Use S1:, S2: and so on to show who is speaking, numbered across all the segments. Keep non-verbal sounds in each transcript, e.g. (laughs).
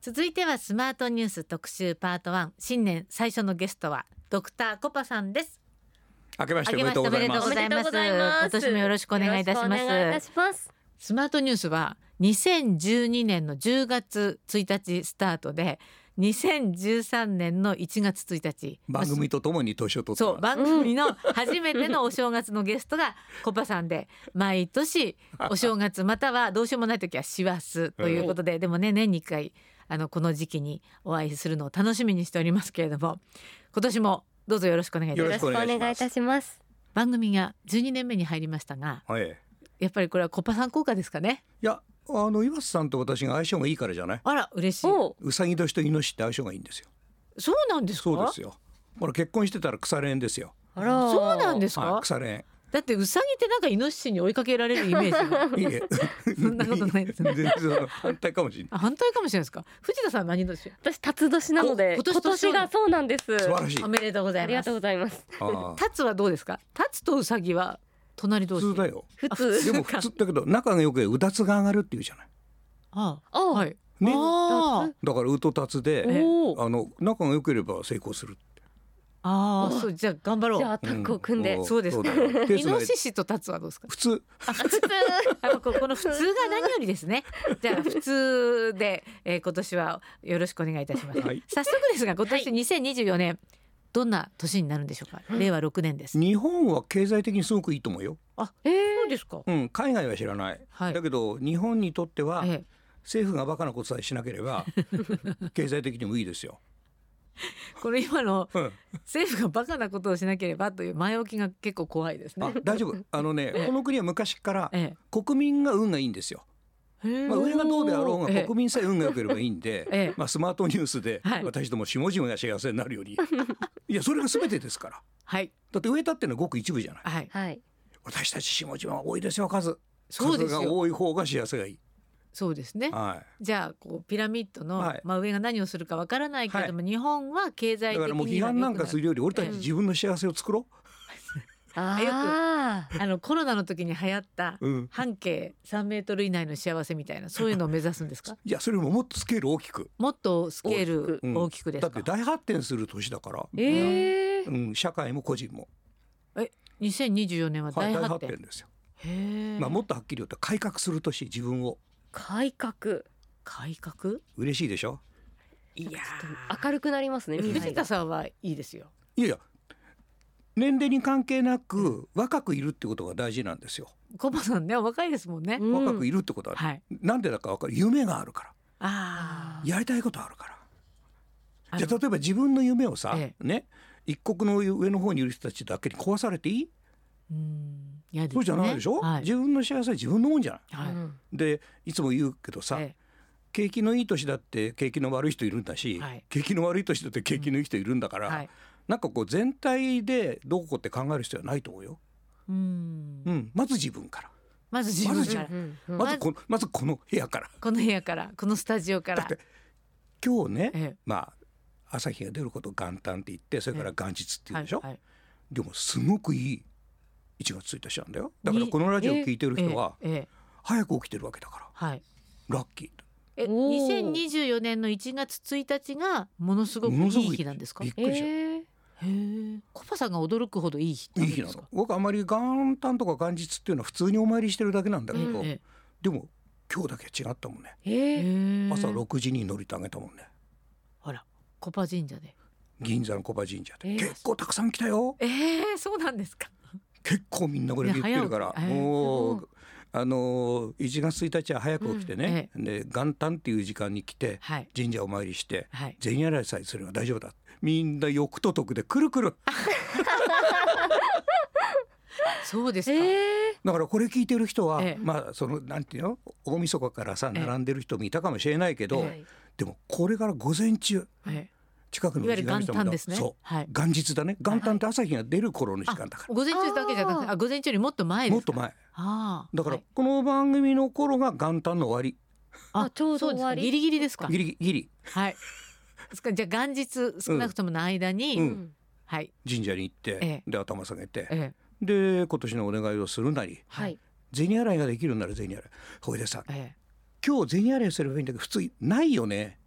S1: 続いてはスマートニュース特集パート1新年最初のゲストはドクターコパさんです
S2: 明けまし
S1: 明
S2: てお
S1: け
S2: め
S1: ま
S2: で
S1: して
S2: とう
S1: おめで
S2: ござ
S1: と
S2: い
S1: う
S2: ま
S1: ご
S2: す。
S1: ざい
S3: おめ
S1: ま
S3: でと
S1: す今
S3: うございます
S1: 年もよろしくお願いいたします
S3: よろくお願いいたします
S1: スマートニュースは2012年の10月1日スタートで2013年の1月1日
S2: 番組とともに年を取った。
S1: そう番組の初めてのお正月のゲストがコパさん (laughs) で毎年お正月またはどうしようもない時は師走ということで、でもね年に1回あのこの時期にお会いするのを楽しみにしておりますけれども今年もどうぞよろしくお願いいたし
S2: よ
S1: ま
S2: ろ
S1: す
S2: しくお願いします
S3: よろたします
S1: 番組が12年目に入りましたが
S2: はい。い
S1: やっぱりこれはコパさん効果ですかね
S2: や、あの岩瀬さんと私が相性がいいからじゃない。
S1: あら嬉しい
S3: おう
S2: うさぎ年とイノシシって相性がいいんですよ。
S1: そうなんですか
S2: そうですよ。ほら結婚してたら腐れ縁ですよ。
S3: あら
S1: そうなんですか、
S2: はい、腐れ
S1: だってウサギってなんかイノシシに追いかけられるイメージ
S3: (laughs)
S1: が (laughs)
S2: 縁。いいえ。
S1: そんなことないです
S2: (laughs) 全然その反対かもしれない。
S1: あ反対かもしれないですか藤田さん何年
S3: 私辰年なので
S1: お今
S3: 今
S1: 年
S3: 年
S1: 年
S3: がそうなんです
S2: 素晴らしい
S1: お。めでとうござ
S3: あ
S1: い
S3: り
S1: ま
S3: が
S1: す
S3: とうございます
S2: ああ
S1: タツはどうですかタツとウサギは隣同
S2: 普
S1: 士
S2: 通だよ。
S3: 普
S1: あ普
S3: 通
S2: でも普通だけど仲が良くてうだつが上がるっていうじゃない。
S1: あ
S3: あ、、
S1: あはいい、
S2: ね
S1: あ
S2: だからうとたつで、
S3: おお
S2: あの仲が良ければ成功する。
S1: ああそうじゃあ頑張ろ
S3: じゃあ
S1: う
S3: アタックを組んで、
S2: う
S1: そうですね
S2: だよ
S1: (laughs)
S2: 手
S1: イ
S2: つな
S1: ノ
S2: いで
S1: シシとタツはどうですか
S2: 普通。
S1: あ普通あのここの普通が何よりですねじゃあ普通で、えー、今年はよろしくお願いいたします、
S2: はい
S1: 早速ですが今年2024年、どんな年になるんでしょうか令和6年です、
S2: 日本は経済的にすごくいいと思うよ。
S3: え
S1: そう
S3: ー、
S1: ですか
S2: うん、海外は知らない。
S1: はい
S2: だけど日本にとっては
S1: ええ
S2: 政府がバカなことさえしなけ
S1: (laughs)
S2: れば経済的にもいいですよ。
S1: この今の
S2: うん
S1: 政府がバカなことをしなければという前置きが結構怖いですね
S2: あ大丈夫あのね
S1: ええ
S2: この国は昔から
S1: え
S2: 国民が運がいいんですよ。
S1: えへえ
S2: まあ、上がどうであろう
S1: え
S2: が
S1: え
S2: 国民さえ運が良ければいいんで、
S1: ええ
S2: まあ、スマートニュースで
S1: はい
S2: 私ども下々が幸せになるよ
S1: (laughs)
S2: うにいやそれが全てですから
S1: はい
S2: だって上田ってのはごく一部じゃない
S1: はい
S3: はい
S2: 私たち下々は多いですよ数
S1: そうです
S2: 数が
S1: よ
S2: 多い方が幸せがいい。
S1: そうですね
S2: は
S1: じゃあこうピラミッドの、
S2: はい
S1: まあ、上が何をするかわからないけれども、日本は経
S2: い、
S1: 済
S2: だ
S1: 的
S2: からもう
S1: に
S2: 批
S1: は良く
S2: 判な
S1: なん
S2: かす
S1: る
S2: るより俺たち
S1: うん
S2: 自分の幸せを作ろ
S3: ああ
S1: あのコロナの時に流行った
S2: う。うん、
S1: 半径3メートル以内の幸せみたいなそういうのを目指すんですか
S2: いやそれももっとスケール大きく。
S1: もっとスケール
S2: く
S3: 大き
S2: うん
S1: 大きくで
S2: だ
S1: す
S2: って
S1: か、
S2: 大発展する年だから、
S3: えー、
S2: うん、社会も個人も、
S1: 2024年は
S2: は
S1: 大
S2: い大
S1: 発
S2: 発
S1: 展、
S2: 展ですよ。
S1: へえ、
S2: まあ、もっとはっきり言うと改革する年自分を
S3: 改革
S1: 改革
S2: 嬉しいでしょ
S1: いやー
S3: 明るくなりますね未
S1: 藤
S3: 来
S1: 田
S3: が
S1: さんはいいですよ
S2: いやいや年齢に関係なく若くいるってことが大事なんですよ
S1: コバさんねお若いですもんね、
S3: うん
S2: 若くいるってことは、
S1: はい
S2: なんでだか分かる夢があるか
S1: あ
S2: らやりたいことあるから
S1: あ
S2: じゃ
S1: あ
S2: あ
S1: の
S2: 例えば自分の夢をさ、
S1: え
S2: ね一国の上の方にいる人たちだけに壊されていい、
S1: うん嫌ですね
S2: そうじゃないでしょ、
S1: はい
S2: 自分の幸せは自分のもんじゃない
S1: はい
S3: うん
S2: でいつも言うけどさ、
S1: え
S2: 景気のいい年だって景気の悪い人いるんだし、
S1: はい
S2: 景気の悪い年だって景気のいい人いるんだか
S1: え
S2: ら、
S1: はい
S2: なんかこう全体でどうこうって考える必要はないと思うよ。
S1: うん
S2: うん、まず自分から、
S1: まず自分
S2: まず
S1: か
S2: 自
S1: ら
S3: うんうん
S2: まずこのまずこの部屋から。
S1: この部屋からこのスタジオか
S2: だ
S1: ら
S2: って今日ね、
S1: え
S2: まあ朝日が出ることを元旦って言ってそれから元日っ
S1: え
S2: て言うでしょ、
S1: はいはい
S2: でもすごくいい1月1日なんだよだからこのラジオを聞いてる人は
S1: ええええ
S2: 早く起きてるわけだから
S1: はい
S2: ラッキ
S1: え
S3: おー
S1: 2024年の1月1日がものすごくい
S2: ものすごくいい
S1: い日なんですか
S2: びっ
S1: へ
S2: くりした
S3: えー、
S1: えコパさんが驚くほどいい日
S2: ーいい日なの僕あんまり元旦とか元日っていうのは普通にお参りしてるだけなんだけど、
S3: うん
S1: え
S2: でも今日だけ違ったもんね
S3: え
S1: え
S3: ー、
S1: へえ
S2: 朝6時に乗りてあげたもんね
S1: ほらコパ神社で
S2: 銀座の小葉神社で、
S3: えー
S2: 結構たくさん来たよ
S1: ええそうなんですか
S2: 結構みんなこれ言ってるから、
S1: ね早起きえー
S2: も
S3: うん
S2: うあのー1月1日は早く起きてね、で元旦っていう時間に来て
S1: はい
S2: 神社お参りして
S1: はい
S2: 前夜礼さえすれば大丈夫だみんな欲と得でくるくる
S1: そうです
S3: え
S1: か
S3: ー、
S2: だからこれ聞いてる人は、
S1: ええ
S2: まあそのなんていうの大晦日からさ
S1: ええ
S2: 並んでる人もいたかもしれないけど、
S1: え
S2: でもこれから午前中
S1: え
S2: 近
S1: え
S2: く
S1: い
S2: の
S1: わゆる
S2: 神
S1: 元
S2: 社
S1: 旦ですね
S2: そう
S1: はい
S2: 元日だね元旦って朝日が出る頃の時間だから、
S1: 午前中だけじゃなくて
S3: あー
S1: あ午前中よりもっと前ですか
S2: もっと前
S1: ああ
S2: だから
S1: はい
S2: この番組の頃が元旦の終わり
S1: あ
S3: あちょうど
S1: そうです
S3: 終わ
S1: か
S3: り
S1: ギリギリですか
S2: ギリギリ
S1: はい。ですからじゃあ元日少なくともの間に、
S2: うん
S3: うん
S1: はい、
S2: 神社に行っ
S1: え
S2: て
S1: え
S2: で頭下げて
S1: ええ、
S2: で今年のお願いをするなり
S3: はい
S2: 銭洗いができるなら銭洗いほいでさ
S1: ええ、
S2: 今日銭洗いすればいいんだけど普通ないよね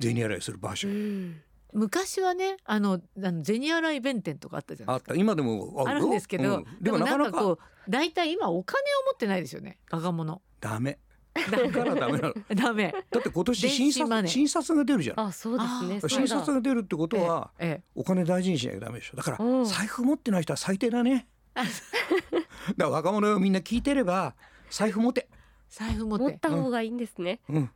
S2: 銭洗いする場所、
S3: うん
S1: 昔はねあのあの銭洗い弁天とかあったじゃない
S2: あ
S1: で
S2: っ
S1: すか
S2: た今でも
S1: あるんですけど、
S2: うんでもなか
S1: ん
S2: なか
S1: こう大体今お金を持ってないですよね若者
S2: ダメ
S1: だ
S2: だからダメなの
S1: (laughs) ダメ
S2: だって今年
S1: 電
S2: 新
S1: 子マネ
S2: 札
S1: ー
S2: 新札が出るじゃん
S3: あそうですね
S1: あ
S3: そうだ
S2: 新札が出るってことは
S1: ええ
S2: お金大事にしなきゃダメでしょだから
S3: うん
S2: 財布持ってない人は最低だねだから若者よみんな聞いてれば財布持て、
S1: 財布持っ
S3: 持ってた方がいいんですね
S2: うん、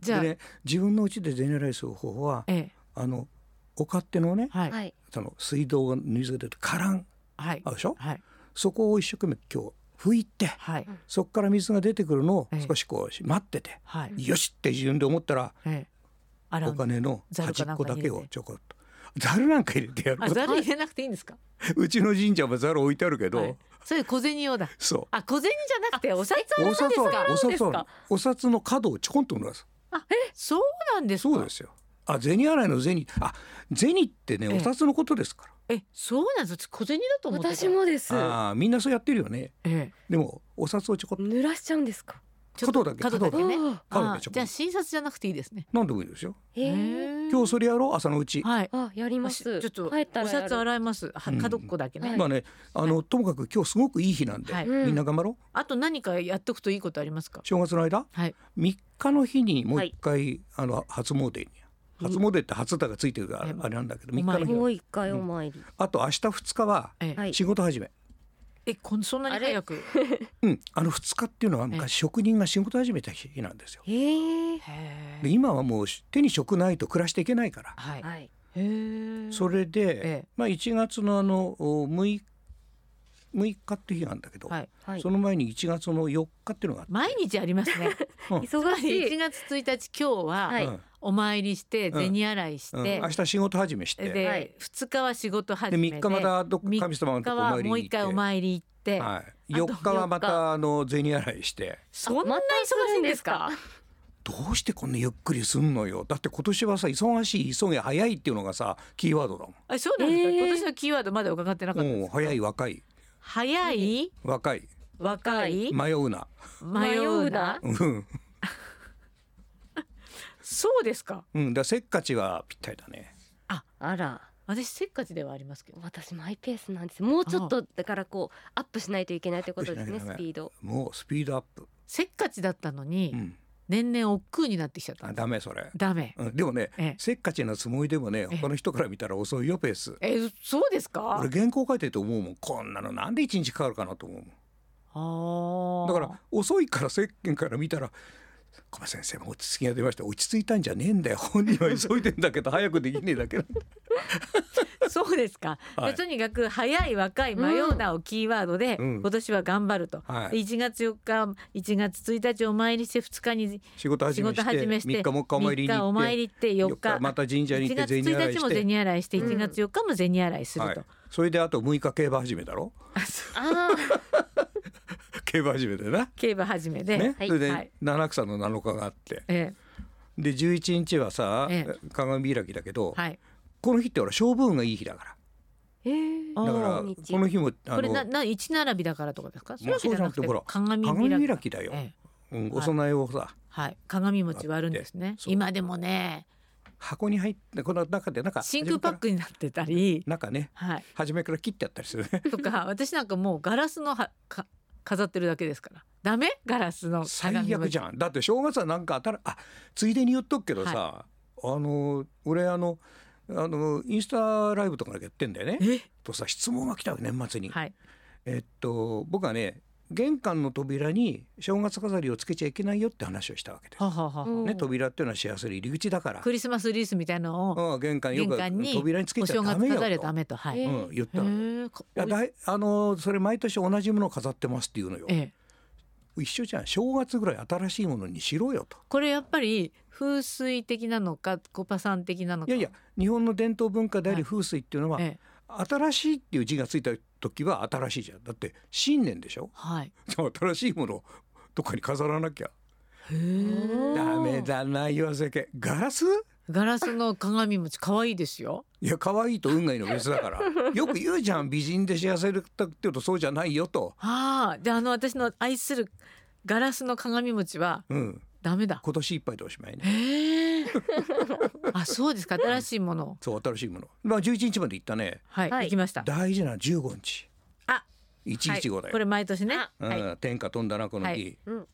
S1: じ
S2: で
S1: ゃあ、
S2: ね自分の家でゼネライスる方法は
S1: ええ
S2: あのお勝手のね
S1: はいは
S3: はいい
S2: その水道が水が出てカラン
S1: はい
S2: あるでしょ
S1: はい
S2: そこを一生懸命今日拭いて
S1: はい
S2: そこから水が出てくるのを
S1: ええ
S2: 少しこう待ってて、
S1: はい
S2: よしって自分で思ったら
S1: ええ洗
S2: お
S1: うの
S2: 金の
S1: ざる
S2: 端
S1: か
S2: っ
S1: なん
S2: こ
S1: か
S2: だ
S1: に入れ
S2: け
S1: て
S2: をちょこっとざるなんか入れてやる
S1: あ
S2: こと
S1: ざる入れなくていいんですか、
S2: うちの神社もざる置いてあるけど、
S1: はい、それ小銭用だ
S2: そう
S1: あ小銭じゃなくてお札
S2: お
S1: なんで
S2: 札
S1: すか
S2: はお
S3: そうなんで
S2: 札
S3: すか
S2: はお札の角をちょこんと乗らす
S1: そうなんですか
S2: そうですよあ銭洗いの銭あ銭ってね
S1: ええ
S2: お札のことですから、
S1: えそうなんです小銭だと思ってた
S3: 私もです
S2: ああみんなそうやってるよね
S1: ええ
S2: でもお札をちょこっと
S3: 濡らしちゃうんですか
S1: ちょっと
S2: 角だけ
S1: 角だけね
S3: あ
S2: 角だ
S1: あ
S2: けちょこ
S1: じゃ
S2: っ
S1: あ
S2: と
S1: 診察じゃなくていいですね
S2: 何でもいいですよ
S3: ーへー
S2: 今日
S1: そ
S2: それやろう朝のうち、
S1: はい
S3: あやりま
S1: あ
S3: す
S1: ちょっと
S3: 帰った
S1: お
S3: らやる
S1: 札洗いますは
S2: うん
S1: 角っこだけね、
S3: はい
S2: まあねあのともかく今日すごくいい日なんで、
S1: はい
S3: うん
S2: みんな頑張ろう
S1: あと何かやっとくといいことありますか
S2: 正月の間
S1: はい
S2: 3日の日にもう一回、あの初詣に初詣って初だがついてるから
S1: うん
S2: あれなんだけど
S1: お
S2: 3日
S1: 参り
S2: の日
S3: も
S2: は
S3: う一回お参り、
S2: あと明日2日は
S1: ええ
S3: はい
S2: 仕事始め、
S1: えこんそんなに早く
S2: うん、あの2日っていうのは昔職人が仕事始めた日なんですよ。
S3: へえ
S1: へえ
S2: で今はもう手に職ないと暮らしていけないから、
S1: はい
S3: はい
S1: へえ
S2: それで、
S1: ええ
S2: まあ、1月のあのお 6, 6日って日があるんだけど、
S1: はい
S3: はい
S2: その前に1月の4日っていうのがあって
S1: 毎日ありますね
S3: 忙しい
S1: 1月1日今日は、
S3: はい
S2: うん
S1: お参りして
S2: うん
S1: 銭洗いし
S2: うん
S1: て
S2: 明、日仕事始めしてで
S1: で、
S3: はい
S1: 2日は仕事始め
S2: 3
S1: で
S2: 日またどっか
S1: 三
S2: 神様のと
S1: 他
S2: こお
S1: は
S2: 参り
S1: もう
S2: に行
S1: 一
S2: って
S1: 回お参り行って、
S2: はい、
S1: あと
S2: 4日はま
S1: 四
S2: たあの銭洗いして
S1: そんな
S3: ま
S1: 忙
S3: た
S1: しいんですか
S2: どうしてこんなゆっくりすんのよだって今年はさ忙しい急げ早いっていうのがさキーワードだもん。
S1: あそうなんですか、
S3: えー
S1: 今年のキーワードまだ伺ってなかったん
S2: も
S1: で
S2: う
S1: す
S2: 早い若い
S1: 早い
S2: 若い
S1: 若い
S2: 迷うな。
S1: 迷うな
S2: うん
S1: そうですか
S2: うん、だからせっかちはぴったりだね。
S3: あら
S1: 私せっかちではありますけど
S3: 私マイペースなんですもうちょっとだからこうアップしないといけないということ
S2: ア
S3: です
S2: ップ
S3: ね
S2: しなきゃ
S3: ス
S2: ダメ
S3: ピード
S2: もうスピードアップ。
S1: せっかちだったのに、
S2: うん、
S1: 年々億劫になってきちゃった
S2: あ、ダメそれ。
S1: ダメ
S2: うん、でもね、
S1: ええ
S2: せっかちなつもりでもね、
S1: ええ
S2: 他の人から見たら遅いよペース。
S1: えそうですか
S2: 俺原稿書いてて思うもん。こんなのなんで一日かかるかなと思うもん。だか
S1: あ
S2: ら遅いから世間から見たら「小林先生も落ち着きが出ました落ち着いたんじゃねえんだよ本人は急いでんだ
S1: (laughs)
S2: けど早くできねえだけなんだ
S1: らそうですか、
S2: はい
S1: でとにかく早い若い迷うなをキーワードで、
S2: うん
S1: 今年は頑張ると、
S2: はい
S1: で1月4日1月1日お参りして2日に
S2: 仕事
S1: 仕
S2: 始めして
S1: 事始めして
S2: 3日もっかお参りに
S1: 3日お
S2: 行っ
S1: 参
S2: て
S1: り行って4
S2: 4
S1: 日
S2: 日また神社に行
S1: 1
S2: って
S1: 月
S2: 銭洗
S1: 1
S2: い
S1: 日
S2: し
S1: も
S2: て、
S1: 銭洗いして
S3: うん
S1: 1月4日も銭洗いする
S2: はい
S1: と、、
S2: それであと6日競馬始めだろ
S3: あ
S2: 競馬始めでな、
S1: 競馬始めで、
S2: ね
S3: はい
S2: それで
S1: はい
S2: 七草の7日があって
S1: え
S2: で11日はさ、
S1: え
S2: 鏡開きだけど、
S1: えはい
S2: この日ってほら勝負運がいい日だか
S3: えー
S1: あ
S2: らだか
S1: あ
S2: ら
S3: ー日
S2: この日もあ
S1: これな
S2: の
S1: な一並びだからとかですかそういうわけ
S2: ま
S1: じ
S2: あ
S1: ゃなくて
S2: そうじゃなくて
S1: 鏡開き
S2: 鏡開きだよ、
S1: ええ
S2: うん、お供えをさ
S1: はい鏡餅割るんですね
S2: そう
S1: 今でもね
S2: 箱に入ってこの中でなんか
S1: 真空パックになってたり
S2: なんかね
S1: はい
S2: 初めから切ってやったりする (laughs) ね
S1: とか私なんかもうガラスのはか飾ってるだけですからダメガラスの
S2: 最
S1: (laughs) 鏡
S2: 悪
S1: 餅
S2: じゃんだって正月はなんか当たるあついでに言っとくけどさ、あの俺あのあのインスタライブとかなんかやってんだよね
S1: え
S2: とさ質問が来たわけ年末に、
S1: はい
S2: えっと僕はね玄関の扉に正月飾りをつけちゃいけないよって話をしたわけです
S1: はははは、
S3: うん
S2: ね扉っていうのは幸せの入り口だから
S1: クリスマスリースみたいなのを
S2: うん玄関よく
S1: 玄関に
S2: 扉につけ
S1: お
S2: ちゃ
S1: 正
S2: ダ
S1: 月
S2: メよ
S1: 飾りはダ
S2: と、
S1: メとはい
S3: え
S1: へ
S2: うん、言ったの。い
S1: えか
S2: やだいあのそれ毎年同じものを飾ってますっていうのよ。
S1: ええ
S2: 一緒じゃん正月ぐらい新しいものにしろよと
S1: これやっぱり風水的なのかコパさん的なのか
S2: いやいや日本の伝統文化であ
S1: は
S2: り
S1: い
S2: 風水っていうのは、
S1: ええ
S2: 新しいっていう字がついた時は新しいじゃんだって新年でしょ
S1: はい
S2: 新しいものをどっかに飾らなきゃ
S1: へえ
S3: おー
S2: ダメだな岩崎ガラス
S1: ガラスの鏡餅可愛いですよ
S2: いや可愛いと運がいいの別だから
S1: (laughs)
S2: よく言うじゃん美人で幸せだったっていうとそうじゃないよと、
S1: ああ、で、あの、私の愛するガラスの鏡餅は
S2: うん、
S1: ダメだ。
S2: 今年いっぱいでおしまいね
S1: へえ。あ、そうですか。新しいものを。
S2: そう新しいものまあ11日まで行ったね
S1: はい、
S3: はい
S1: 行きました。
S2: 大事な15日
S1: あ
S2: 115だ
S1: はい
S2: よ、
S1: これ毎年ね。
S3: あ
S2: うん
S3: はい
S2: 天下飛んだなこの日、
S1: はい
S3: うん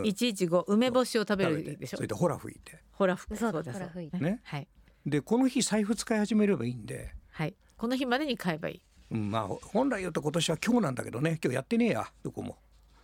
S2: うん、
S1: 一一五梅干しを食べ
S2: 食べ
S1: る
S2: て
S1: でしょ
S2: それ。でほら吹いて
S1: ほら吹く。
S3: そうだ
S1: だ
S3: ほら
S1: う
S3: 吹い
S1: だ
S3: て
S2: ね
S1: はい。
S2: でこの日財布使い始めればいいんで、
S1: はい。この日までに買えばいい。
S2: うん、まあ本来言うと今年は今日なんだけどね今日やってねえやどこも、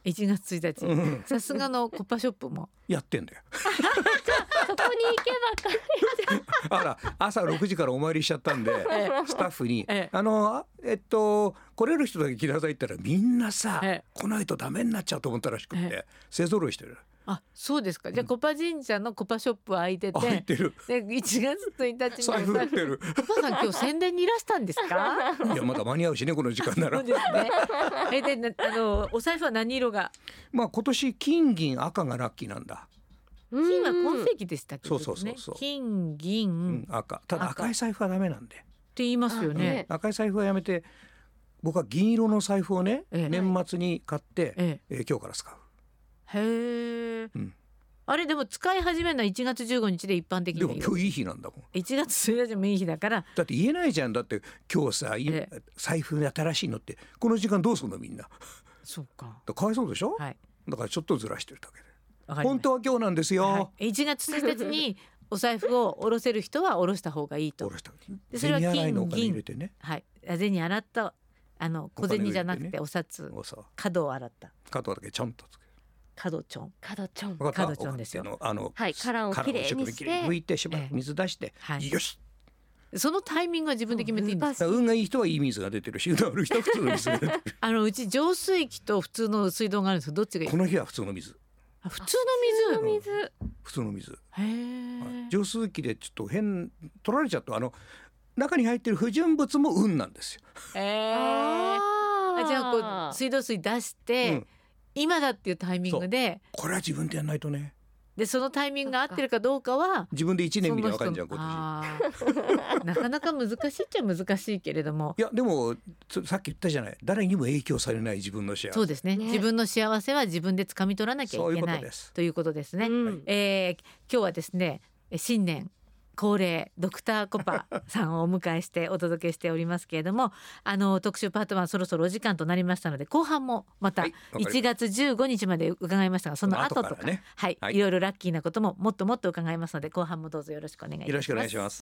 S1: 1月1
S2: う
S1: 日。
S2: ん、
S1: さすがのコッパショップも。
S2: やってんだよ
S3: そこに行けばか
S2: あら朝6時からお参りしちゃったんで
S1: え
S2: スタッフに
S1: ええ
S2: 「あのあえっと来れる人だけ来なさい」って言ったらみんなさ
S1: ええ
S2: 来ないとダメになっちゃうと思ったらしくっ
S1: え
S2: て勢ぞろいしてる
S1: あ、そうですか。じゃあコッパ神社のコッパショップは開いて
S2: あ入って
S1: て。
S2: る
S1: で1月1日に
S2: 財布売って
S1: (laughs)
S2: る
S1: お母さん今日宣伝にいらしたんです
S2: (laughs)
S1: か
S2: いやまだ間に合うしねこの時間な
S1: そ
S2: ら
S1: うですねえでなあのお財布は何色が
S2: まあ今年金銀赤がラッキーなんだ、
S1: 金は
S3: うん
S1: 今世紀でしたけどね
S2: そうそうそうそう
S1: 金銀、
S2: うん
S1: って
S2: 赤ただ
S1: 赤
S2: 赤い財布はダメなんで
S1: 言いますよ
S3: え
S1: ね
S3: え
S2: 赤い財布はやめて僕は銀色の財布をね、
S1: ええ
S2: 年末に買って、え
S1: え
S2: ー今日から使う
S1: えへえ、
S2: うん
S1: あれでも使い始めるのは1月15日で一般的に
S2: でも
S1: 1
S2: 今日いい日なんだもん
S1: 月1日もいい日だから
S2: だって言えないじゃんだって今日さ、い
S1: え
S2: 財布新しいのってこの時間どうするのみんなだか
S1: そうから
S2: かわいそうでしょ、
S1: はい
S2: だからちょっとずらしてるだけ
S1: わ
S2: で
S1: かりま
S2: 本
S1: した
S2: 当は今日なんですよ、
S1: はい、1月1日にお財布を下ろせる人は下ろした方がいい
S2: お
S1: と
S2: ろした
S1: でそれは
S2: 銭洗いのお金
S1: 金銀
S2: 入れてね
S1: はいあ銭洗ったあの小銭じゃなく
S2: お金を入れて
S1: て
S2: ね
S1: お札
S2: もうさ
S1: 角を洗った
S2: 肩だけちゃんとつけ
S1: 角ちょん
S3: カドチョン
S2: わかった
S1: 角ちゃんですよ
S2: あのあの
S3: はいカランをきれいに
S2: カラン一生懸命きれいに
S3: して
S2: 拭いてしばら
S1: え
S2: く
S1: え
S2: 水出して、
S1: はい
S2: よし
S1: そのタイミングは自分で決めていいんですか
S3: 難しい
S2: だから運がいい人はいい水が出てるし運が悪い人は普通の
S1: (laughs)
S2: 水が出てる
S1: あのうち浄水器と普通の水道があるんですけどどっちがいい
S2: この日は普通の水
S1: あ普通の
S3: お
S1: 水
S3: 水
S2: 普通の水
S1: へ
S2: はい
S1: え、
S2: 浄水器でちょっと変取られちゃったあの中に入ってる不純物も運なんですよ。
S1: え
S3: あ
S1: ー
S3: ー
S1: あじゃあこう水道水出して、
S2: うん
S1: 今だっていうタイミングで
S2: これは自分でやんないとね。
S1: でそのタイミングが合ってるかどうかは
S2: 自分で一
S1: そ
S2: 年
S1: の
S2: 見
S1: 人
S2: りゃ
S1: の
S2: わかんじゃん今
S1: あ
S3: (laughs)
S1: ーなかなか難しいっちゃ難しいけれども
S2: 年。いやでもそさっき言ったじゃない。誰にも影響されない自分の幸せ。
S1: そうですね
S3: ね
S1: 自分の幸せは自分で掴み取らなきゃ
S2: そう
S1: いけ
S2: いうこ
S1: な
S2: と
S1: い
S2: です。
S1: ということですね。
S3: うん
S1: えー今日はですねえ新年恒例ドクターコパさんをお迎えしてお届けしておりますけれどもあの特集パート1そろそろお時間となりましたので後半もまた
S2: はいわかりました
S1: 1月15日まで伺いましたがその後と
S2: 後
S1: か
S2: からね
S1: はい、
S2: はい
S1: いろいろラッキーなことももっともっと伺いますので後半もどうぞよろしくお願いいたします。
S2: よろしくお願いします。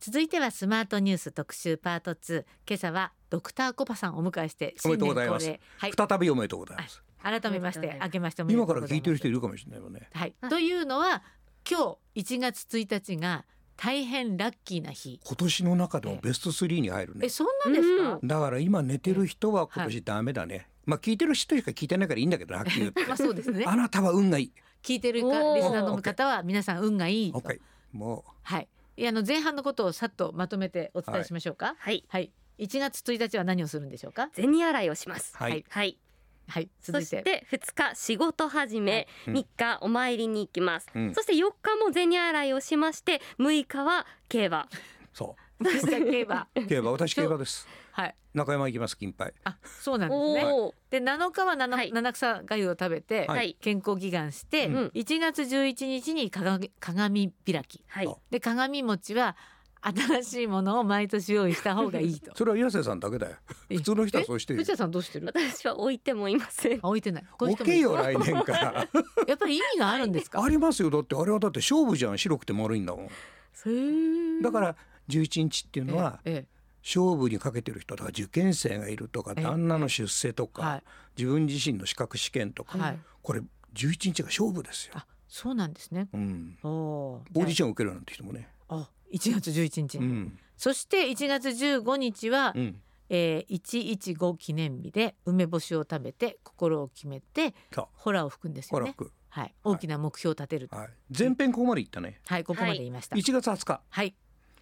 S1: 続いてはスマートニュース特集パート2今朝はドクターコパさんをお迎えして
S2: おめでとうござい
S1: 恒
S2: ます
S1: 例、はい、
S2: 再びおめでとうございます。
S1: 改めまして明けましておめでと
S2: 今
S1: うご
S2: か
S1: ざいま
S2: ら
S1: す。
S2: 聞いてる人いるかもしれないもんね。
S1: はい
S3: は、い
S1: というのは今日1月1日が大変ラッキーな日。
S2: 今年の中でもベスト3に入るね
S1: え、。そんなんですか、
S3: うん
S2: だから今寝てる人は今年ダメだね。まあ聞いてる人しか聞いてないからいいんだけどなはっきり言って。
S1: まあそうですね
S2: あ。なたは運がいい。
S1: 聞いてるか
S3: おー
S1: リスナーの方は皆さん運がいいと。
S2: OK。もう
S1: はい。いやあの前半のことをさっとまとめてお伝えしましょうか。
S3: はい
S1: はい。1月1日は何をするんでしょうか。
S3: 銭洗いをします
S2: はい
S3: はい
S1: はい。
S3: そ
S1: 続い。
S3: してて2日仕事始め、
S2: うん
S3: 3日お参りに行きます、
S2: うん
S3: そして4日も銭洗いをしまして6日は競
S1: (laughs)
S3: 馬
S2: そ
S1: 私が競馬。
S2: う。競馬私競
S1: (laughs)
S2: 馬です。
S1: はい。
S2: 中山行きます金杯。
S1: あ、そうなんですね。
S3: おお、
S1: で7日は七、
S3: はい
S1: 七草粥を食べて、
S2: はい
S3: はい
S1: 健康祈願して、
S2: うん
S1: 1月11日に鏡鏡開き。
S3: はい
S2: あ。
S1: で鏡餅は新しいものを毎年用意した方がいいと
S2: (laughs) それは岩瀬さんだけだよ。普通の人はそうしてるよ
S1: え藤田さんどうしてる？
S3: 私は置いてもいません
S1: あ置いてない。こういう人も
S2: 置け
S1: いる
S2: よ来年から。
S1: (laughs) やっぱり意味があるんですか？
S2: ありますよだってあれはだって勝負じゃん白くて丸いんだもん。だから11日っていうのは
S1: ええ
S2: 勝負にかけてる人とか受験生がいるとか
S1: ええ
S2: 旦那の出世と
S1: は
S2: か
S1: い
S2: 自分自身の資格試験と
S1: は
S2: か
S1: い。
S2: これ11日が勝負ですよ。
S1: あそうなんですね。
S2: うん。
S1: おおー。
S2: オーディ
S1: じ
S2: ション受けるなんて人もね。
S1: ゃああ1月11日、
S2: うん。
S1: そして1月15日は、
S2: うん。
S1: えー、115記念日で梅干しを食べて心を決めて
S2: さあ、
S1: ホラーを吹くんです
S2: コ
S1: よ
S2: ラ
S1: ね
S2: ッ。ク。
S1: はい。大きな目標を立てると。はい、
S2: はい。前編ここまで行ったね。
S1: ここまで言いました。はい。
S2: 1月20日。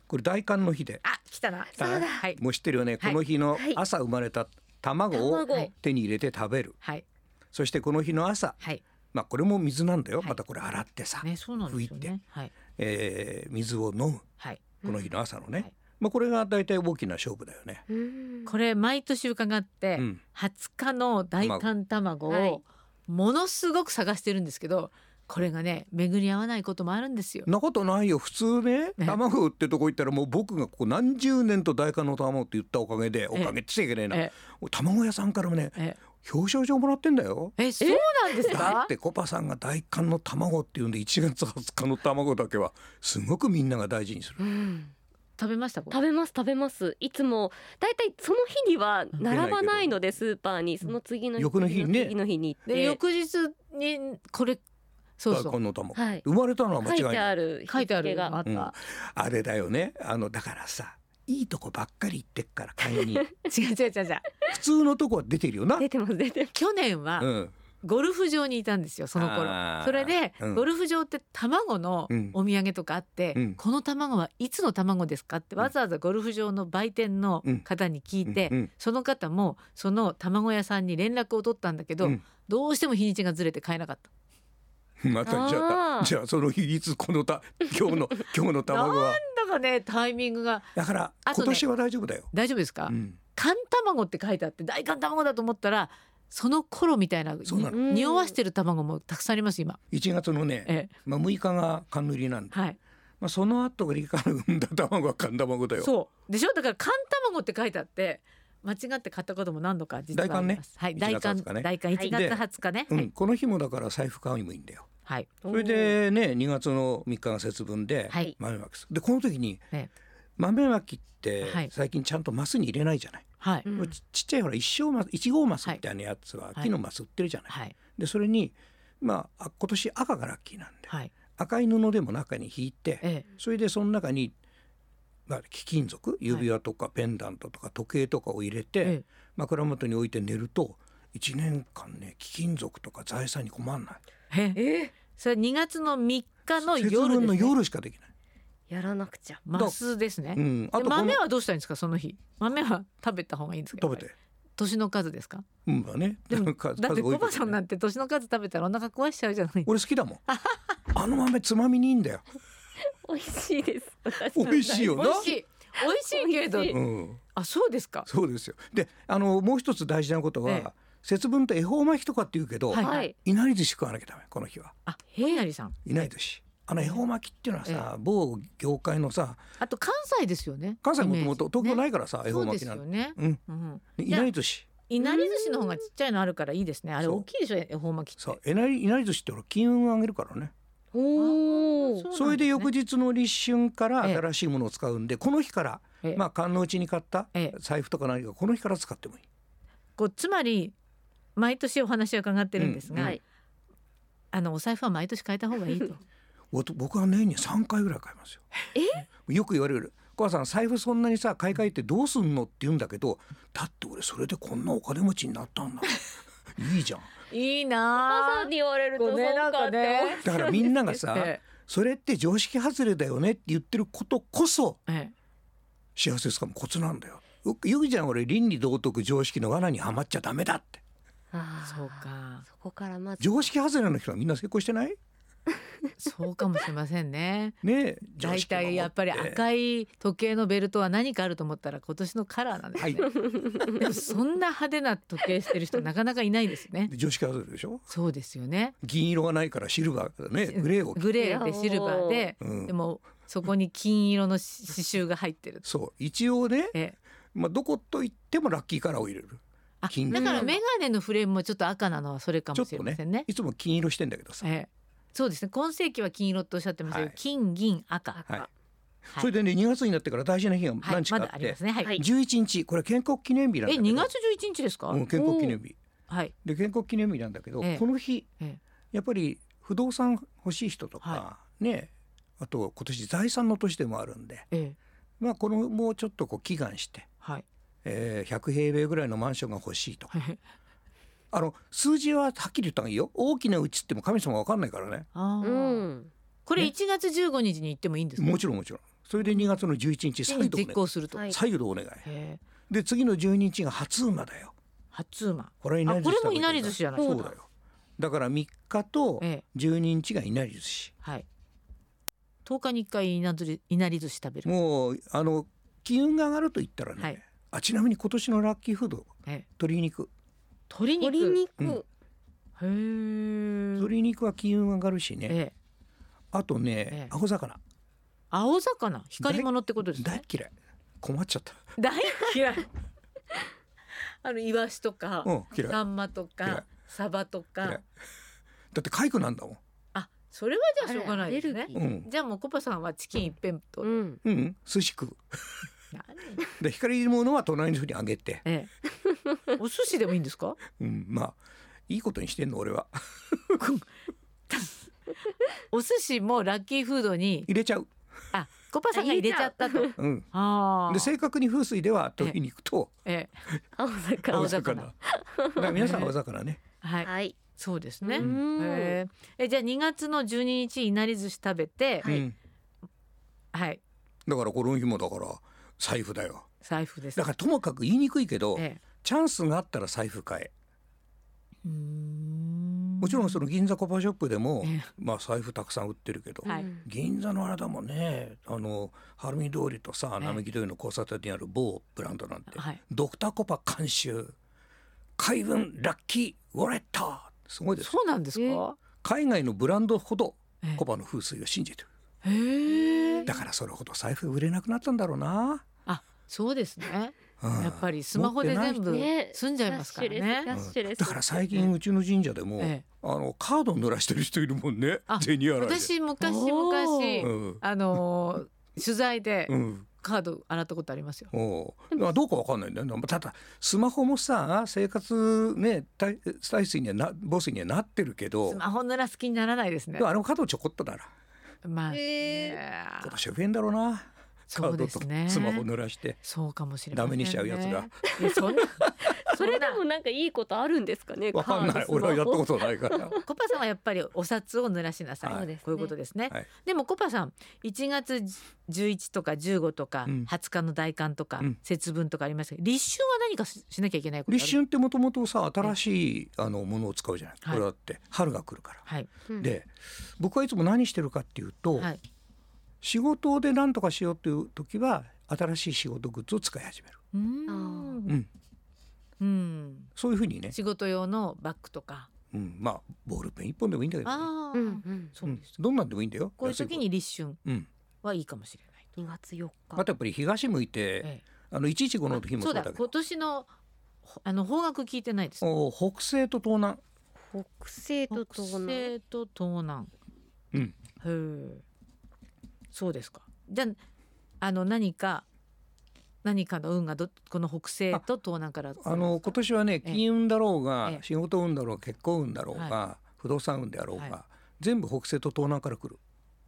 S2: これ大寒の日で。
S1: あ来たな。
S2: そうだ
S1: はい
S2: もう知ってるよね。この日の
S3: はい
S2: 朝生まれた卵を
S3: 卵、
S1: はい
S2: 手に入れて食べる。
S1: はい
S2: そしてこの日の朝、
S1: はい。
S2: まあこれも水なんだよ。
S1: はい
S2: またこれ洗ってさ、
S1: ねそうなんですよ
S2: 拭い
S1: ね。はい
S2: えー水を飲む。
S1: はい。
S2: この日の朝のね。
S1: はい
S2: まあこれが大体大きな勝負だよね。
S3: うん
S1: これ毎年伺って、
S2: うん。
S1: 20日の大寒卵
S3: はい
S1: をものすごく探してるんですけど、これがね巡り合わないこともあるんですよ。
S2: なことないよ普通ね
S1: ね
S2: 卵売ってとこ行ったらもう僕がここ何十年と大韓の卵って言ったおかげでおかげって言っちゃいけないな
S1: え
S2: 卵屋さんからもね
S1: え
S2: 表彰状もらってんだよ。
S1: えそうなんです
S2: だ
S1: か
S2: ってコパさんが大韓の卵っていうんで1月20日の卵だけはすごくみんなが大事にする。
S3: うん
S1: 食べましたこれ
S3: 食べます食べますいつもだいたいその日には並ばないのでスーパーにその次の日
S2: 翌の日にね
S3: 次の日に行っ
S1: で
S3: て
S1: 翌日にこれそう
S2: 大
S1: そう
S2: 韓の卵。
S3: はい
S2: 生まれたのは間
S3: 書
S2: 違い
S3: い
S2: ない
S3: て。ある
S1: 書いてある
S3: 日付
S1: のがあ
S3: が
S1: った、
S2: うんあれだよねあのだからさいいとこばっかり行ってっから買いに (laughs)
S1: 違う違う違う違う
S2: 普通のとこは出てるよな。
S3: 出てます出てます
S1: 去年は
S2: うん、
S1: ゴルフ場にいたんですよその頃
S2: あー
S1: それで、
S2: うん
S1: ゴルフ場って卵の
S2: うん
S1: お土産とかあって、
S2: うん
S1: この卵はいつの卵ですかってわざわざゴルフ場の売店の方に聞いて、
S2: うんうん
S1: その方もその卵屋さんに連絡を取ったんだけど、
S2: うん
S1: どうしても日にちがずれて買えなかった。
S2: またじゃ
S3: あ
S2: あ
S3: ー
S2: じゃあその日いつこ
S1: (laughs)
S2: のた今日の今日の卵は
S1: なんだかねタイミングが
S2: だから
S1: あと
S2: 今
S1: ね
S2: 年は大丈夫だよ。
S1: 大丈夫ですか、
S2: うん
S1: 寒卵って書いてあって大寒卵だと思ったらその頃みたいな
S2: そうなの
S1: に匂わしてる卵もたくさんあります今。
S2: 1月のね、
S1: ええ
S2: まあ、6日が寒入りなんで、
S1: はい、
S2: まあ、その後が理科の産んだ卵は寒卵だよ。
S1: そうでしょだから寒卵って書いてあって間違って買ったことも何度か実はあります。はい、大
S2: 大寒
S1: 寒
S2: ね1月20日ね
S1: 大寒1月20日ね。
S2: う
S1: は
S2: ん、
S1: い
S2: この日もだから財布買うにもいいんだよ。
S1: はい
S2: それでね2月の3日が節分で
S1: はい
S2: 豆まきするでこの時に
S1: ね
S2: 豆まきって
S1: はい
S2: 最近ちゃんとマスに入れないじゃない、
S1: はい
S3: うん
S2: ちちっちゃいほら一生マス一号マス
S1: はい
S2: みたいなやつは
S1: はい
S2: 木のマス売ってるじゃない、
S1: はい
S2: でそれにまああ今年赤がラッキーなんで
S1: はい
S2: 赤い布でも中に引いて
S1: ええ
S2: それでその中に、まあ、貴金属指輪とかペンダントとか時計とかを入れて、
S1: ええ
S2: 枕元に置いて寝ると1年間ね貴金属とか財産に困らない
S1: え
S3: え
S1: それ2月の3日の
S2: 節
S1: 夜
S2: 分
S1: です
S2: の
S1: ね。
S2: 夜しかできない。
S3: やらなくちゃ
S1: マスですね。
S2: うん、
S1: で
S2: この
S1: 豆はどうしたらいいんですかその日。豆は食べた方がいいんですか。
S2: 食べて。
S1: 年の数ですか。
S2: うんだね。
S1: でも
S2: なん (laughs) か
S1: だって
S2: 数多い
S1: コ
S2: けど
S1: バさんなんて年の数食べたらお腹壊しちゃうじゃない。
S2: 俺好き
S1: (laughs)
S2: だもん。あの豆つまみにいいんだよ。
S3: 美味しいです私
S2: 美味しいよ
S1: 美
S2: な。
S1: 味しい。美味しいけれど
S3: 美味しい
S2: うん、
S1: あそうですか。
S2: そうですよ。で、あのもう一つ大事なことは、
S1: ええ
S2: 節分と恵方巻きとかって言うけど、
S1: はい
S3: はい
S2: いなり寿司食わなきゃダメこの日は。
S1: あ平成さん。
S2: いなり寿司。あの恵方巻きっていうのはさ、某業界のさ、
S1: あと関西ですよね。
S2: 関西もともと東京ないいからさ、恵
S1: そ
S2: 方
S1: うで
S2: 巻き
S1: す
S2: な
S1: よ
S2: んて。
S1: ね。
S2: うん、
S1: うん。
S2: でい
S1: じゃあ
S2: なり寿司。
S1: いなり寿司の方がちっちゃいのあるからいいですね。あれ
S2: そう
S1: 大きいでしょ恵方巻きって。
S2: そう、いなりいなり寿司ってほら金運を上げるからね。
S3: お
S1: う
S3: お
S1: なんすね
S2: それで翌日の立春から
S1: ええ
S2: 新しいものを使うんで、この日から、
S1: ええ
S2: まあ勘のうちに買った
S1: ええ
S2: 財布とか何かこの日から使ってもいい。
S1: こうつまり毎年お話を伺ってるんですが、
S3: はい
S1: あのお財布は毎年変えた方
S2: (laughs)
S1: がいいと。
S2: おと僕は年に3回ぐらい買いますよ。よく言われる「母さん財布そんなにさ買い替えてどうすんの?」って言うんだけど「だって俺それでこんなお金持ちになったんだ
S1: (laughs)
S2: いいじゃん」
S1: いい
S3: 朝
S1: な
S3: に言われると
S1: ご
S3: そう
S1: めんな
S3: か
S1: んか
S3: っ
S1: ね
S3: て
S2: だからみんなが
S1: あ。
S2: さ
S1: え
S2: 「それって常識外れだよね」って言ってることこそ
S1: ええ
S2: 幸せつかむコツなんだよ。よく言うじゃん俺倫理道徳常識の罠にはまっちゃダメだって
S1: え、
S3: あー
S1: そうか。
S3: そこからまず
S2: 常識外れの人はみんな成功してない
S1: そうかもしれませんね。
S2: ねえ
S1: だ
S2: (laughs) 常
S1: い
S2: 識を
S1: た
S2: 守
S1: いやっぱり赤い時計のベルトは何かあると思ったら今年のカラーなんです
S2: はい
S3: (laughs)
S1: ね。でも (laughs) そんな派手な時計してる人なかなかいないですね
S2: で。常識外れでしょ
S1: そうですよね。
S2: 銀色がないからシルバーだねグレーを着て
S1: グレーでシルバーで、
S2: うん
S1: でもそこに金色の刺繍が入ってる。
S2: そう一応ね
S1: え
S2: まあ、どこと言ってもラッキーカラーを入れる
S1: あ
S2: 金
S1: だ
S2: 色
S1: からメガネのフレームもちょっと赤なのはそれか
S2: ちょ
S1: も
S2: っ
S1: しれ
S2: と
S1: ま
S2: ね
S1: せんね。
S2: いつも金色してんだけどさ、
S1: ええそうですね。今世紀は金色とおっしゃってましたけど、
S2: はい
S1: 金銀赤。
S3: 赤
S2: はい
S1: はい
S2: それでね2月になってから大事な日が
S1: はい
S2: 何日か
S1: ま
S2: あ
S1: だ
S2: っ
S1: あり
S2: て
S1: ま、すね。はい。
S3: はい
S2: 11日これ建国記念日なんだ
S1: え、
S2: けど
S1: 2月11日ですか。
S2: うん、建国記念日
S1: はい。
S2: で建国記念日なんだけど、
S1: ええ
S2: この日、
S1: ええ
S2: やっぱり不動産欲しい人とか、
S1: は
S2: ねあと今年財産の年でもあるんで、
S1: ええ
S2: まあ、このもうちょっとこう祈願して、
S1: はい。
S2: えー100平米ぐらいのマンションが欲しいとかあの数字ははっきり言った方がいいよ大きなうちっても神様わかんないからね
S1: ああ、
S3: うん
S1: これ
S2: ね
S1: 1月15日に行ってもいいんですか。
S2: もちろんもちろんそれで2月の11日
S1: に
S2: 再度お
S1: 実
S2: 願い
S1: 行すると。
S3: は
S1: へ
S3: い
S2: 再度お願い
S1: え。
S2: で次の12日が初馬だよ
S1: 初馬。
S2: これはいなり寿司
S1: あこれもいなり寿司じゃない
S2: そうだよだから3日と
S1: ええ。
S2: 12日がいなり寿司
S1: はい。10日に1回いなずりいなり寿司食べる。
S2: もうあの気運が上がると言ったらね、
S1: はい
S2: あちなみに今年のラッキーフード
S1: ええ
S2: 鶏肉
S1: 鶏肉。
S3: 鶏肉、
S2: うん
S1: へえ。
S2: 鶏肉は金運上がるしね
S1: ええ、
S2: あと
S1: ええ
S2: ね青魚
S1: 青魚、光り物ってことです
S2: 大
S1: ね
S2: っ。嫌い困っちゃ
S1: (laughs)
S2: った
S1: 大嫌い。 (laughs) あのイワシとか、
S2: うん嫌い
S1: サンマと
S2: 嫌い
S1: か、サバと
S2: 嫌い
S1: か。
S2: だって痒くなんだもん
S1: あ、それはじゃあしょうがないです
S3: あれアレル
S1: ね
S3: ギ。
S2: う
S3: ー
S2: ん
S1: じゃあもうコパさんはチキン一辺と。
S3: うん
S2: うん寿司食う
S1: 何
S2: で光るものは隣の人にあげて
S1: ええ、お寿司でもいいんです (laughs) か？
S2: うんまあいいことにしてんの俺は
S1: お寿司もラッキーフードに
S2: 入れちゃう
S1: あコパさんが入れちゃったと。
S2: うん
S1: ああ。
S2: で正確に風水では鶏肉と
S1: ええ、
S3: 青
S1: 青
S3: 魚
S1: 魚
S2: だから皆さん青魚ね
S1: はい、
S3: はい
S1: そうですね。へ
S2: う
S3: ん
S1: ええじゃあ2月の12日いなり寿司食べて、
S2: う
S1: (laughs) はい、
S2: んだからこの日もだから財布だよ
S1: 財布です。
S2: だからともかく言いにくいけど
S1: ええ、
S2: チャンスがあったら財布買え
S1: うーん
S2: もちろんその銀座コパショップでも
S1: ええ
S2: まあ財布たくさん売ってるけど
S1: はい
S3: うん
S2: 銀座のあれだもんねあの晴海通りとさ
S1: ええ
S2: 並木通りの交差点にある某ブランドなんて
S1: はい。
S2: ドクターコパ監修海運ラッキーウォレットすごいです
S1: そうなんです
S3: え
S1: か？
S2: 海外のブランドほど
S1: ええ
S2: コパの風水を信じてる
S1: へえ。
S2: だからそれほど財布売れなくなったんだろうな、
S1: あ、そうですね。
S2: うん
S1: やっぱりスマホで全部
S3: 持ってない人ね
S1: 済んじゃいますからね。
S3: キャッシュレス
S2: だから最近うちの神社でも、
S1: ええ
S2: あのカード濡らしてる人いるもんね
S1: あ
S2: 銭洗いで
S1: 私昔
S3: お
S1: 昔、
S3: ー
S2: うん
S1: あのー取材で
S2: うん
S1: カード洗ったことありますよ。
S2: おうあどうかわかんないんだよねただスマホもさ生活ね体体水にはな防水にはなってるけど
S1: スマホなら好きにならないですね
S2: でも。あれもカードちょこっとだな
S1: まあ、
S3: えー
S1: ね
S2: 今年は増えんだろうな
S1: そ
S2: カー
S1: う
S2: ド
S1: です
S2: と
S1: ね。
S2: スマホ濡らして
S1: そうかもしれませ
S2: ダ
S1: ん、ね。
S2: メにしちゃうやつが。
S1: いやそんな
S3: それでもなんかいいことあるんですかね
S2: わかん
S3: カ
S2: な
S3: ー
S2: い
S3: ド
S2: 俺はやったことないから。
S1: コパさんはやっぱりお札を濡らしなさい。
S2: はいそう
S3: ですね
S1: こういうことですね。
S2: はい
S1: でもコパさん1月11とか15とか
S2: うん
S1: 20日の大寒とか、
S2: うん
S1: 節分とかありますけど立春は何かししなきゃいけないことある
S2: 立春ってもともとさ新しいあのものを使うじゃない、
S1: はい
S2: これだって春が来るから。
S1: はい、
S3: うん
S2: で僕はいつも何してるかっていうと、
S1: はい、
S2: 仕事で何とかしようっていう時は新しい仕事グッズを使い始める、
S1: うー
S3: あ
S1: ん
S2: うん、
S1: うん
S2: そういうふうにね、
S1: 仕事用のバッグとか。
S2: うん、まあボールペン一本でもいいんだけどね、
S1: ああ、
S3: うんうん
S1: そうです。
S2: うんどんなんでもいいんだよ
S1: こういう時に立春
S2: 安いものうん
S1: はいいかもしれないと。
S3: 2月4
S2: あ
S3: 日
S2: とやっぱり東向いて、
S1: ええ
S2: あの115の日も
S1: そ
S2: そううだ
S1: だ
S2: けど
S1: 今年のほあの方角聞いてないです。
S2: お北西と東南
S3: 北西と
S1: 北
S3: 東南
S1: 西と東南。
S2: うん
S1: へえ。そうですか。じゃああの何か何かの運がどこの北西と東南から
S2: あの今年はね
S1: ええ
S2: 金運だろうが、
S1: ええ
S2: 仕事運だろうが結婚運だろうが、不動産運であろうが、
S1: は
S2: 全部北西と東南から来る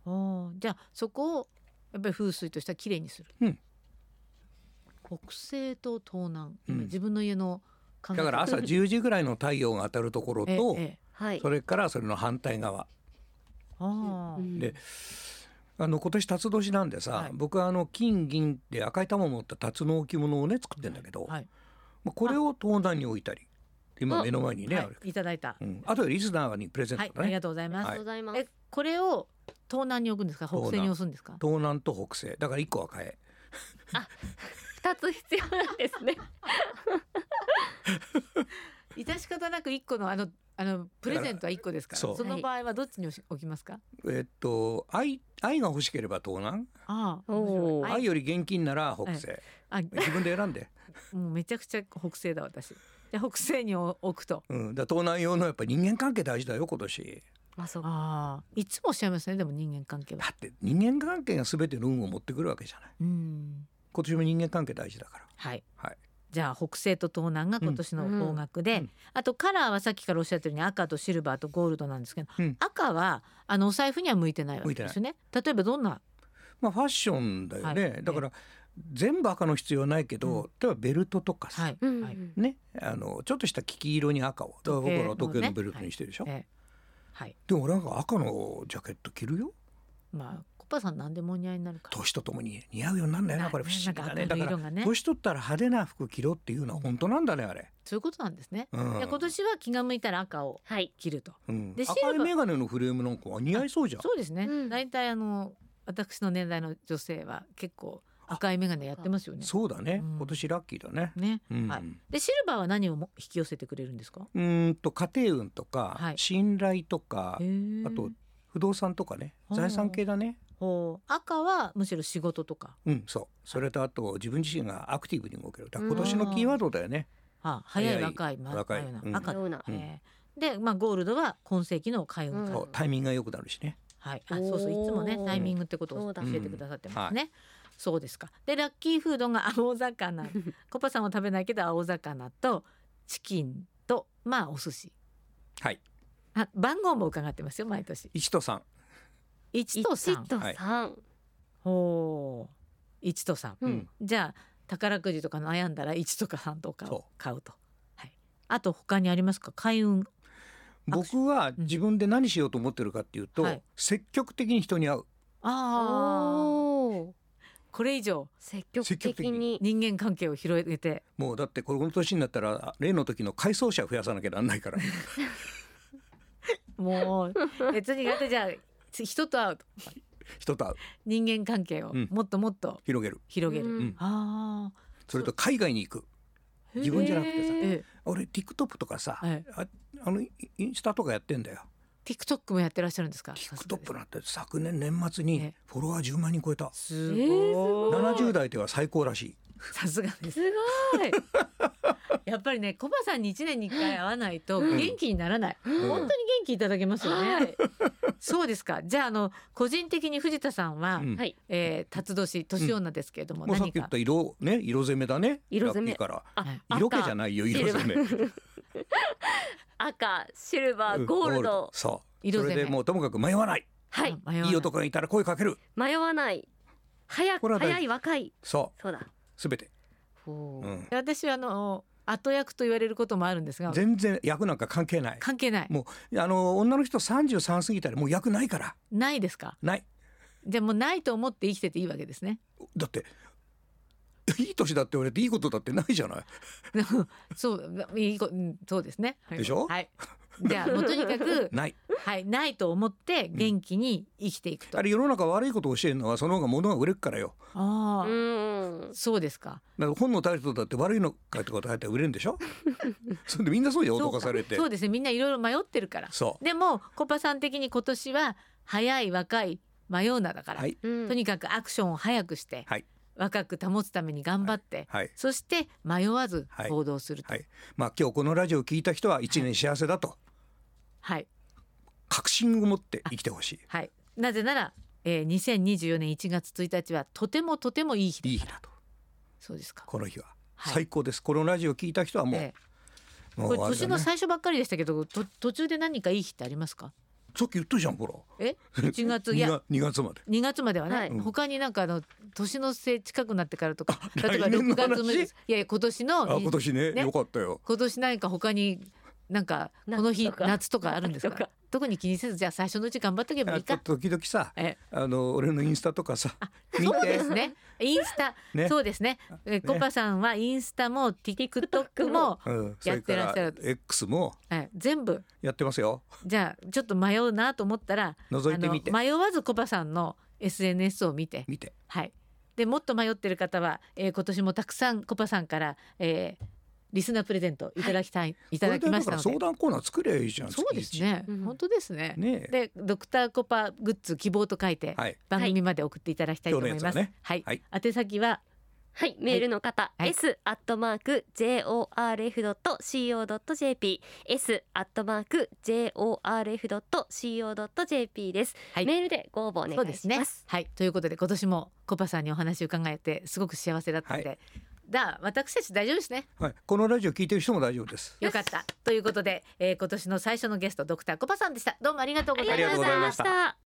S1: おーじゃあそこをやっぱり風水としては綺麗にする。
S2: うん
S1: 北西と東南。
S2: うん
S1: 今自分の家の考え
S2: だから朝10時ぐらいの太陽が当たるところ
S1: ええ
S2: と、
S1: (laughs) ええ
S3: はい
S2: それからそれの反対側
S1: あ
S3: う
S1: ー
S3: ん
S2: であの今年辰年なんでさ、
S1: はい
S2: 僕はあの金銀って赤い玉を持った辰の置物をね作ってんだけど、
S1: はい。
S2: まあこれを東南に置いたり今
S3: あ
S2: 目の前にねあ
S1: は
S2: る、
S1: い、いただいた。
S2: うん、あとでリスナーにプレゼン
S1: は
S2: ト
S1: い、
S2: だ
S1: あ
S2: ね、
S1: りがとうございます。
S3: ありがとうございます
S1: え、これを東南に置くんですか、北西に押すんですか。
S2: 東南と北西だから一個は変え
S3: 2つ必要なんですね
S1: 致し方なく一個のあのあのプレゼントは一個ですから。
S2: そう
S1: その場合はどっちに置し置きますか。
S2: えっと愛愛が欲しければ東南、
S1: ああ、
S3: おー
S1: 面白
S2: 愛
S1: い
S2: より現金なら北西、
S1: あ、
S2: 自分で選んで、
S1: もうめちゃくちゃ北西だ私。じゃあ北西に置くと。
S2: うん、だから東南用のやっぱ人間関係大事だよ今年
S3: (laughs) まあそう
S1: ああ、いつもおっしゃいますね。でも人間関係は
S2: だ。って人間関係が全ての運を持ってくるわけじゃない
S1: うん。
S2: 今年も人間関係大事だから
S1: はい。
S2: はい
S1: じゃあ北西と東南が今年の方角で、
S2: うんうん
S1: あとカラーはさっきからおっしゃったように赤とシルバーとゴールドなんですけど、
S2: うん
S1: 赤はあのお財布には向いてないわけですよね例えばどんな
S2: まあファッションだよね、
S1: はい
S2: だから全部赤の必要はないけど、
S1: うん
S2: 例えばベルトとかさ、
S1: はい、
S3: うん
S1: はい
S2: ねあのちょっとした黄色に赤をだか
S1: 時計
S2: ら僕らは
S1: の
S2: 時計
S1: ね
S2: のベルトにしてるでしょ、
S1: ええはい
S2: でも俺なんか赤のジャケット着るよ
S1: まあコパさん何でもお似合いになるから
S2: 年とともに似合うようになるんだよなこれ不思議だねだ
S1: なんか明るい
S2: から
S1: 色がね
S2: 年取ったら派手な服着ろっていうのは本当なんだねあれ、
S1: そういうことなんですね、
S2: うん
S1: で今年は気が向いたら赤を
S3: はい
S1: 着ると
S2: うん
S1: でシルバー
S2: 赤い眼鏡のフレームなんかは似合いそうじゃん
S1: そうですね、
S3: うん
S1: 大体あの私の年代の女性は結構赤い眼鏡やってますよね。
S2: そうだね
S1: うん
S2: 今年ラッキーだね
S1: ね、
S2: うん、
S1: はいでシルバーは何をも引き寄せてくれるんですか。
S2: うーんと家庭運とか、
S1: はい
S2: 信頼とか
S1: へー
S2: あと不動産とかね
S1: ほう
S2: 財産系だね
S1: ほう赤はむしろ仕事とか、
S2: うんそうそれとあと自分自身がアクティブに動けるだから今年のキーワードだよね
S1: は早い
S2: 早い
S1: 若いま
S2: 若い
S1: 真っ赤
S2: うん
S1: 赤
S3: ような
S2: うん
S1: えーでまあゴールドは今世紀の開運と、
S3: うん
S2: そうタイミングが良くなるしね
S1: はいあそうそういつもね
S3: おー
S1: タイミングってこと
S3: そ
S1: を
S3: う
S1: 教
S3: だ
S1: えてくださってますね。そうですかでラッキーフードが青魚コパさんは食べないけど青魚とチキンとまあお寿司
S2: はい
S1: あ番号も伺ってますよ毎年
S2: 一と三
S1: 1と
S3: 一
S1: 3
S3: と
S2: はい
S3: 三。
S1: ほう1と3
S3: うん。
S1: じゃあ宝くじとか悩んだら1とか3とかを
S2: そ
S1: 買うとはい、あと他にありますか開運
S2: 僕は自分で何しようと思ってるかっていうと、
S1: はい
S2: 積極的に人に会う
S1: ああ
S3: おお。
S1: これ以上
S3: 積極
S2: 積極的
S3: 的に。
S1: 人間関係を広げて
S2: もうだってこの年になったら例の時の回想者増やさなきゃなんないから
S1: も
S2: (laughs)
S1: う別に苦手じゃあ人と会うと
S2: 人と会う
S1: 人間関係を
S2: うん
S1: もっともっと
S2: 広げる
S1: 広げる、
S3: うん
S1: ああ
S2: それと海外に行く自分じゃなくてさ
S3: へー
S1: ええ
S2: 俺 TikTok とかさ、
S1: はい
S2: ああのイインスタとかやってんだよ
S1: TikTok もやってらっしゃるんですか
S2: TikTok なんて昨年年末に
S1: え
S2: フォロワー10万人超えた
S1: すご
S3: えーすご
S1: い
S2: 70代では最高らしい
S1: (laughs) さすが
S2: (laughs)
S1: です
S3: すご (laughs) い。
S1: やっぱりねコバさんに一年に一回会わないと
S3: うん
S1: 元気にならない、
S2: ん
S1: 本当に元気いただけますよね、
S3: はい
S1: そうですかじゃああの個人的に藤田さんは、
S2: うん
S3: はい。
S1: えー、辰年年女ですけれども、
S2: もうさっ
S1: 何
S2: き言
S1: か
S2: った色ね色攻めだね
S3: 色
S2: ラッ
S3: 攻
S2: キ
S3: め
S2: ーから
S3: あ
S1: はい
S2: 色気じゃ
S3: 赤、
S2: ないよ色攻め
S3: (laughs) 赤、シルバ
S2: うん
S3: ー、ゴールド。
S2: そう
S1: 色
S2: そ
S1: 攻め
S2: れでもうともかく迷わない
S3: はい。
S1: 迷わない
S2: いい男がいたら声かける
S3: 迷わない。早
S2: これは
S3: く、
S2: 大事
S3: 早い、若い。
S2: そ
S3: そうだ。
S2: うすべて、
S3: ほ
S2: うん、
S1: 私はあの後役と言われることもあるんですが
S2: 全然役なんか関係ない
S1: 関係ない
S2: もうあの女の人33過ぎたらもう役ないから
S1: ないですか
S2: ない
S1: じゃあもうないと思って生きてていいわけですね
S2: だっていい年だって言われていいことだってないじゃない
S1: そういいこ、うん、そうですね、はい、
S2: でしょ
S1: はいじゃあもうとにかく
S2: ない
S1: はいないと思って元気に生きていくと、
S2: あれ世の中悪いことを教えるのはその方が物が売れるからよ
S1: ああ、
S3: う。うん。
S1: そうですか
S2: だから本のタイトルだって悪いのかってこと書いて売れるんで
S1: (laughs)
S2: しょそれでみんなそうよ
S1: そう
S2: 脅かされて
S1: そうですねみんないろいろ迷ってるから
S2: そう
S1: でもコパさん的に今年は早い若い迷うなだから、
S2: はい
S3: うん
S1: とにかくアクションを早くして、
S2: はい
S1: 若く保つために頑張って、
S2: はい
S1: そして迷わず
S2: はい
S1: 行動すると
S2: はいまあ今日このラジオを聞いた人は一年幸せだと
S1: はい
S2: 確信を持って生きてほし
S1: はいなぜなら、えー、2024年1月1日はとてもとてもいい日
S2: いいい
S1: だ
S2: 日
S1: から
S2: だと
S1: そうですか
S2: この日は
S1: はい
S2: 最高ですこのラジオを聞いた人はもう
S1: ええ
S2: も
S1: こ
S2: う
S1: れ
S2: あれだ
S1: 年の
S2: ね
S1: 最初ばっかりでしたけどと途中で何かいい日ってありますか
S2: さっき言ったじゃんほら
S1: え1月い
S2: (laughs) 2
S1: や
S2: 月二月まで
S1: 2月まではね、
S3: はい
S2: うん
S1: 他になんかあの年のせい近くなってからとか
S2: あ
S1: 例えば
S2: (laughs) 来年
S1: 6
S2: の
S1: 月6
S2: 話
S1: 日いやいや今年
S2: あ
S1: の
S2: 今年ね
S1: ね
S2: よかったよ
S1: 今年何か他になんかこの日
S3: 夏とか
S1: 夏とかあるんですか
S3: とか
S1: 特に気にせずじゃあ最初のうち頑張っとけばい
S2: あ
S1: いか
S2: と時々さ (laughs)
S1: え
S2: あの俺のインスタとかさ見
S1: そう
S2: て
S1: ですねインスタ、
S2: ね
S1: そうですねえコパさんはインスタも TikTok も、
S2: うんそ
S1: やっ
S2: れ
S1: て
S2: から
S1: っしゃ
S2: ら
S1: る
S2: X も
S1: はい、全部
S2: やってますよ
S1: じゃあちょっと迷うなと思ったら
S2: 覗いてみて
S1: あの迷わずコパさんの SNS を見て
S2: 見て
S1: はい。でもっと迷ってる方は、えー今年もたくさんコパさんから、えーリスナープレゼントいただきたい、い、ただきましたので。
S2: これでだから相談コーナー作りゃいいじゃん
S1: そうですね、
S3: うん
S1: 本当ですね。
S2: 月一ねえ
S1: でドクターコパグッズ希望と書いて、
S2: はい
S1: 番組まで送っていただきたいと思います。
S2: 今
S1: は
S2: 日のや
S1: い
S2: つはね。はい
S1: 宛先は
S3: はい、メールの方、
S1: はい
S3: s アットマーク j o r f ドット c o ドット j p s アットマーク j o r f ドット c o ドット j p です、
S1: はい
S3: メールでご応募お願いし
S1: そ
S3: ま
S1: う
S3: す
S1: ですね。はい。ということで今年もコパさんにお話伺えてすごく幸せだったので、
S2: は
S1: だ私たち大丈夫ですね。
S2: はいこのラジオ聞いてる人も大丈夫です
S1: よかった。ということで、えー今年の最初のゲストドクターコパさんでした。どうもありがとうございました。
S2: ありがとうございました
S3: た